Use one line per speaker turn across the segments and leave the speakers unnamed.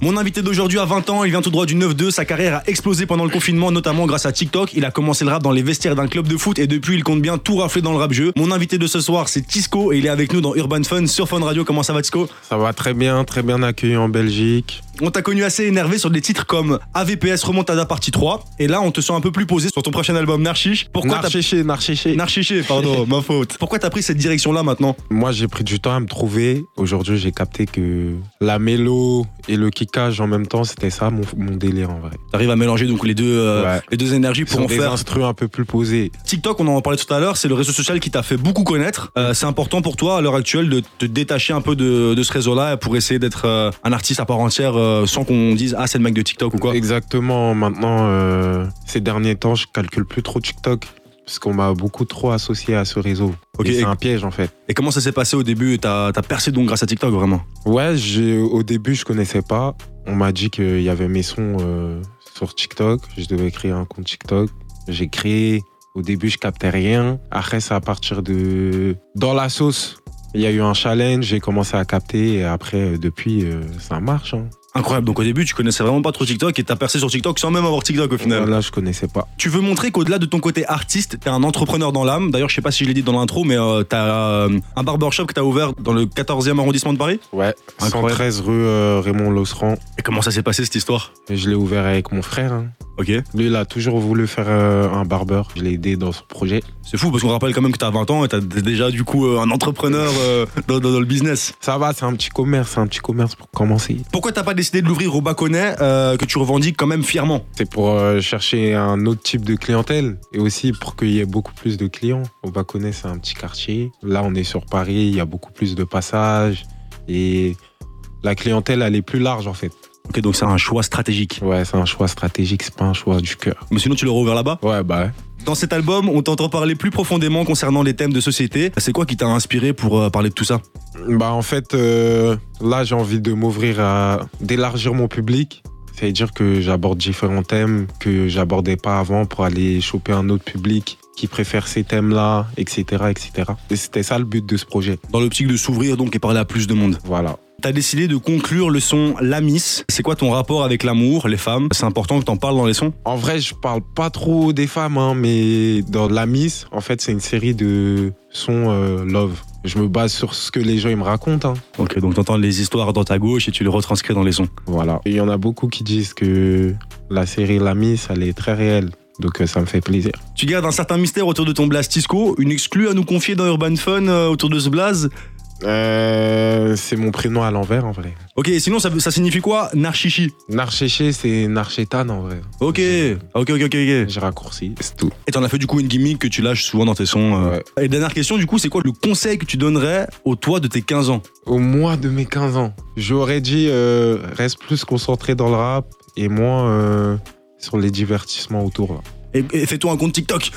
Mon invité d'aujourd'hui a 20 ans, il vient tout droit du 9-2, sa carrière a explosé pendant le confinement, notamment grâce à TikTok. Il a commencé le rap dans les vestiaires d'un club de foot et depuis il compte bien tout rafler dans le rap jeu. Mon invité de ce soir c'est Tisco et il est avec nous dans Urban Fun sur Fun Radio. Comment ça va Tisco
Ça va très bien, très bien accueilli en Belgique.
On t'a connu assez énervé sur des titres comme AVPS Remontada partie 3 et là on te sent un peu plus posé sur ton prochain album Narchiche. Pourquoi t'as
Narchiché, narchiché.
Narchiché, pardon, ma faute. Pourquoi t'as pris cette direction là maintenant
Moi, j'ai pris du temps à me trouver. Aujourd'hui, j'ai capté que la mélo et le kickage en même temps, c'était ça mon, mon délire en vrai.
T'arrives à mélanger donc les deux, euh,
Ouais.
les deux énergies pour
Sur
en
des
faire.
instrus un peu plus posés.
TikTok, on en parlait tout à l'heure, c'est le réseau social qui t'a fait beaucoup connaître. Euh, c'est important pour toi à l'heure actuelle de te détacher un peu de, de ce réseau-là pour essayer d'être euh, un artiste à part entière euh, sans qu'on dise ah c'est le mec de TikTok ou quoi.
Exactement. Maintenant, euh, ces derniers temps, je calcule plus trop TikTok parce qu'on m'a beaucoup trop associé à ce réseau.
Ok.
Et C'est un piège en fait.
Et comment ça s'est passé au début T'as t'as percé donc grâce à TikTok vraiment.
Ouais, j'ai- au début, je connaissais pas. On m'a dit qu'il y avait mes sons euh, sur TikTok. Je devais créer un compte TikTok. J'ai créé. Au début, je captais rien. Après, c'est à partir de. Dans la sauce. Il y a eu un challenge, j'ai commencé à capter. Et après, euh, depuis, euh, ça marche. Hein.
Incroyable. Donc au début tu connaissais vraiment pas trop TikTok et t'as percé sur TikTok sans même avoir TikTok au final.
Là, je connaissais pas.
Tu veux montrer qu'au-delà de ton côté artiste, t'es un entrepreneur dans l'âme. D'ailleurs je sais pas si je l'ai dit dans l'intro mais euh, t'as euh, un barbershop que t'as ouvert dans le 14e arrondissement de Paris.
Ouais.
Incroyable.
113 rue euh, Raymond Losseran.
Et comment ça s'est passé cette histoire
Et Je l'ai ouvert avec mon frère. hein.
Ok.
Lui, il a toujours voulu faire euh, un barbeur. Je l'ai aidé dans son projet.
C'est fou parce qu'on rappelle quand même que t'as 20 ans et t'as d- déjà du coup euh, un entrepreneur euh, dans, dans- dans le business.
Ça va, c'est un petit commerce, c'est un petit commerce pour commencer.
Pourquoi t'as pas décidé de l'ouvrir au Baconnet que tu revendiques quand même fièrement
C'est pour euh, chercher un autre type de clientèle et aussi pour qu'il y ait beaucoup plus de clients. Au Baconnet, c'est un petit quartier. Là, on est sur Paris, il y a beaucoup plus de passages et la clientèle, elle est plus large en fait.
Ok donc c'est un choix stratégique.
Ouais, c'est un choix stratégique, c'est pas un choix du cœur.
Mais sinon tu l'aurais ouvert là-bas.
Ouais, bah ouais.
Dans cet album, on t'entend parler plus profondément concernant les thèmes de société. C'est quoi qui t'a inspiré pour euh, parler de tout ça
Bah en fait, euh, là j'ai envie de m'ouvrir à d'élargir mon public. C'est-à-dire que j'aborde différents thèmes que j'abordais pas avant pour aller choper un autre public qui préfère ces thèmes-là, etc., etc. Et c'était ça le but de ce projet.
Dans l'optique de s'ouvrir donc et parler à plus de monde.
Voilà.
T'as décidé de conclure le son Lamis. C'est quoi ton rapport avec l'amour, les femmes C'est important que t'en parles dans les sons
En vrai, je parle pas trop des femmes, hein, mais dans La Miss, en fait, c'est une série de sons euh, love. Je me base sur ce que les gens ils me racontent. hein.
Ok donc t'entends les histoires dans ta gauche et tu les retranscris dans les sons.
Voilà. Et Il y en a beaucoup qui disent que la série La Miss, elle est très réelle. Donc euh, ça me fait plaisir.
Tu gardes un certain mystère autour de ton Blastisco, une exclue à nous confier dans Urban Fun euh, autour de ce blaze.
Euh, c'est mon prénom à l'envers en vrai.
Ok, sinon ça, veut- ça signifie quoi Narchichi.
Narchéché, c'est Narchétane en vrai.
Ok, Ah, ok, ok, ok. ok. Et
J'ai raccourci, c'est tout.
t'en as fait du coup une gimmick que tu lâches souvent dans tes sons. euh.
Ouais.
Et dernière question, du coup, c'est quoi le conseil que tu donnerais au toi de tes 15 ans
Au mois de mes 15 ans, j'aurais dit euh, reste plus concentré dans le rap et moins euh, sur les divertissements autour. là.
Et, et fais-toi un compte TikTok.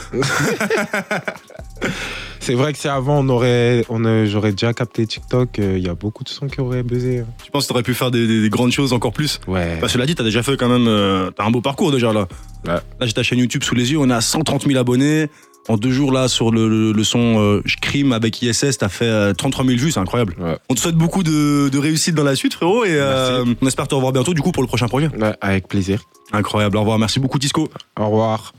C'est vrai que si avant on aurait, on, euh, j'aurais déjà capté TikTok, euh, il y a beaucoup de sons qui auraient buzzé. hein.
Je pense que t'aurais pu faire des, des- des grandes choses encore plus.
Ouais.
Bah, cela dit, t'as déjà fait quand même. euh, t'as un beau parcours déjà là.
Ouais.
Là, j'ai ta chaîne YouTube sous les yeux, on a 130 000 abonnés. En deux jours là, sur le, le- le son euh, Je crime avec ISS, t'as fait euh, 33 000 vues, c'est incroyable.
Ouais.
On te souhaite beaucoup de, de réussite dans la suite, frérot, et euh, on espère te revoir bientôt du coup pour le prochain projet.
Ouais, Bah, avec plaisir.
Incroyable, au revoir, merci beaucoup, Disco.
Au revoir.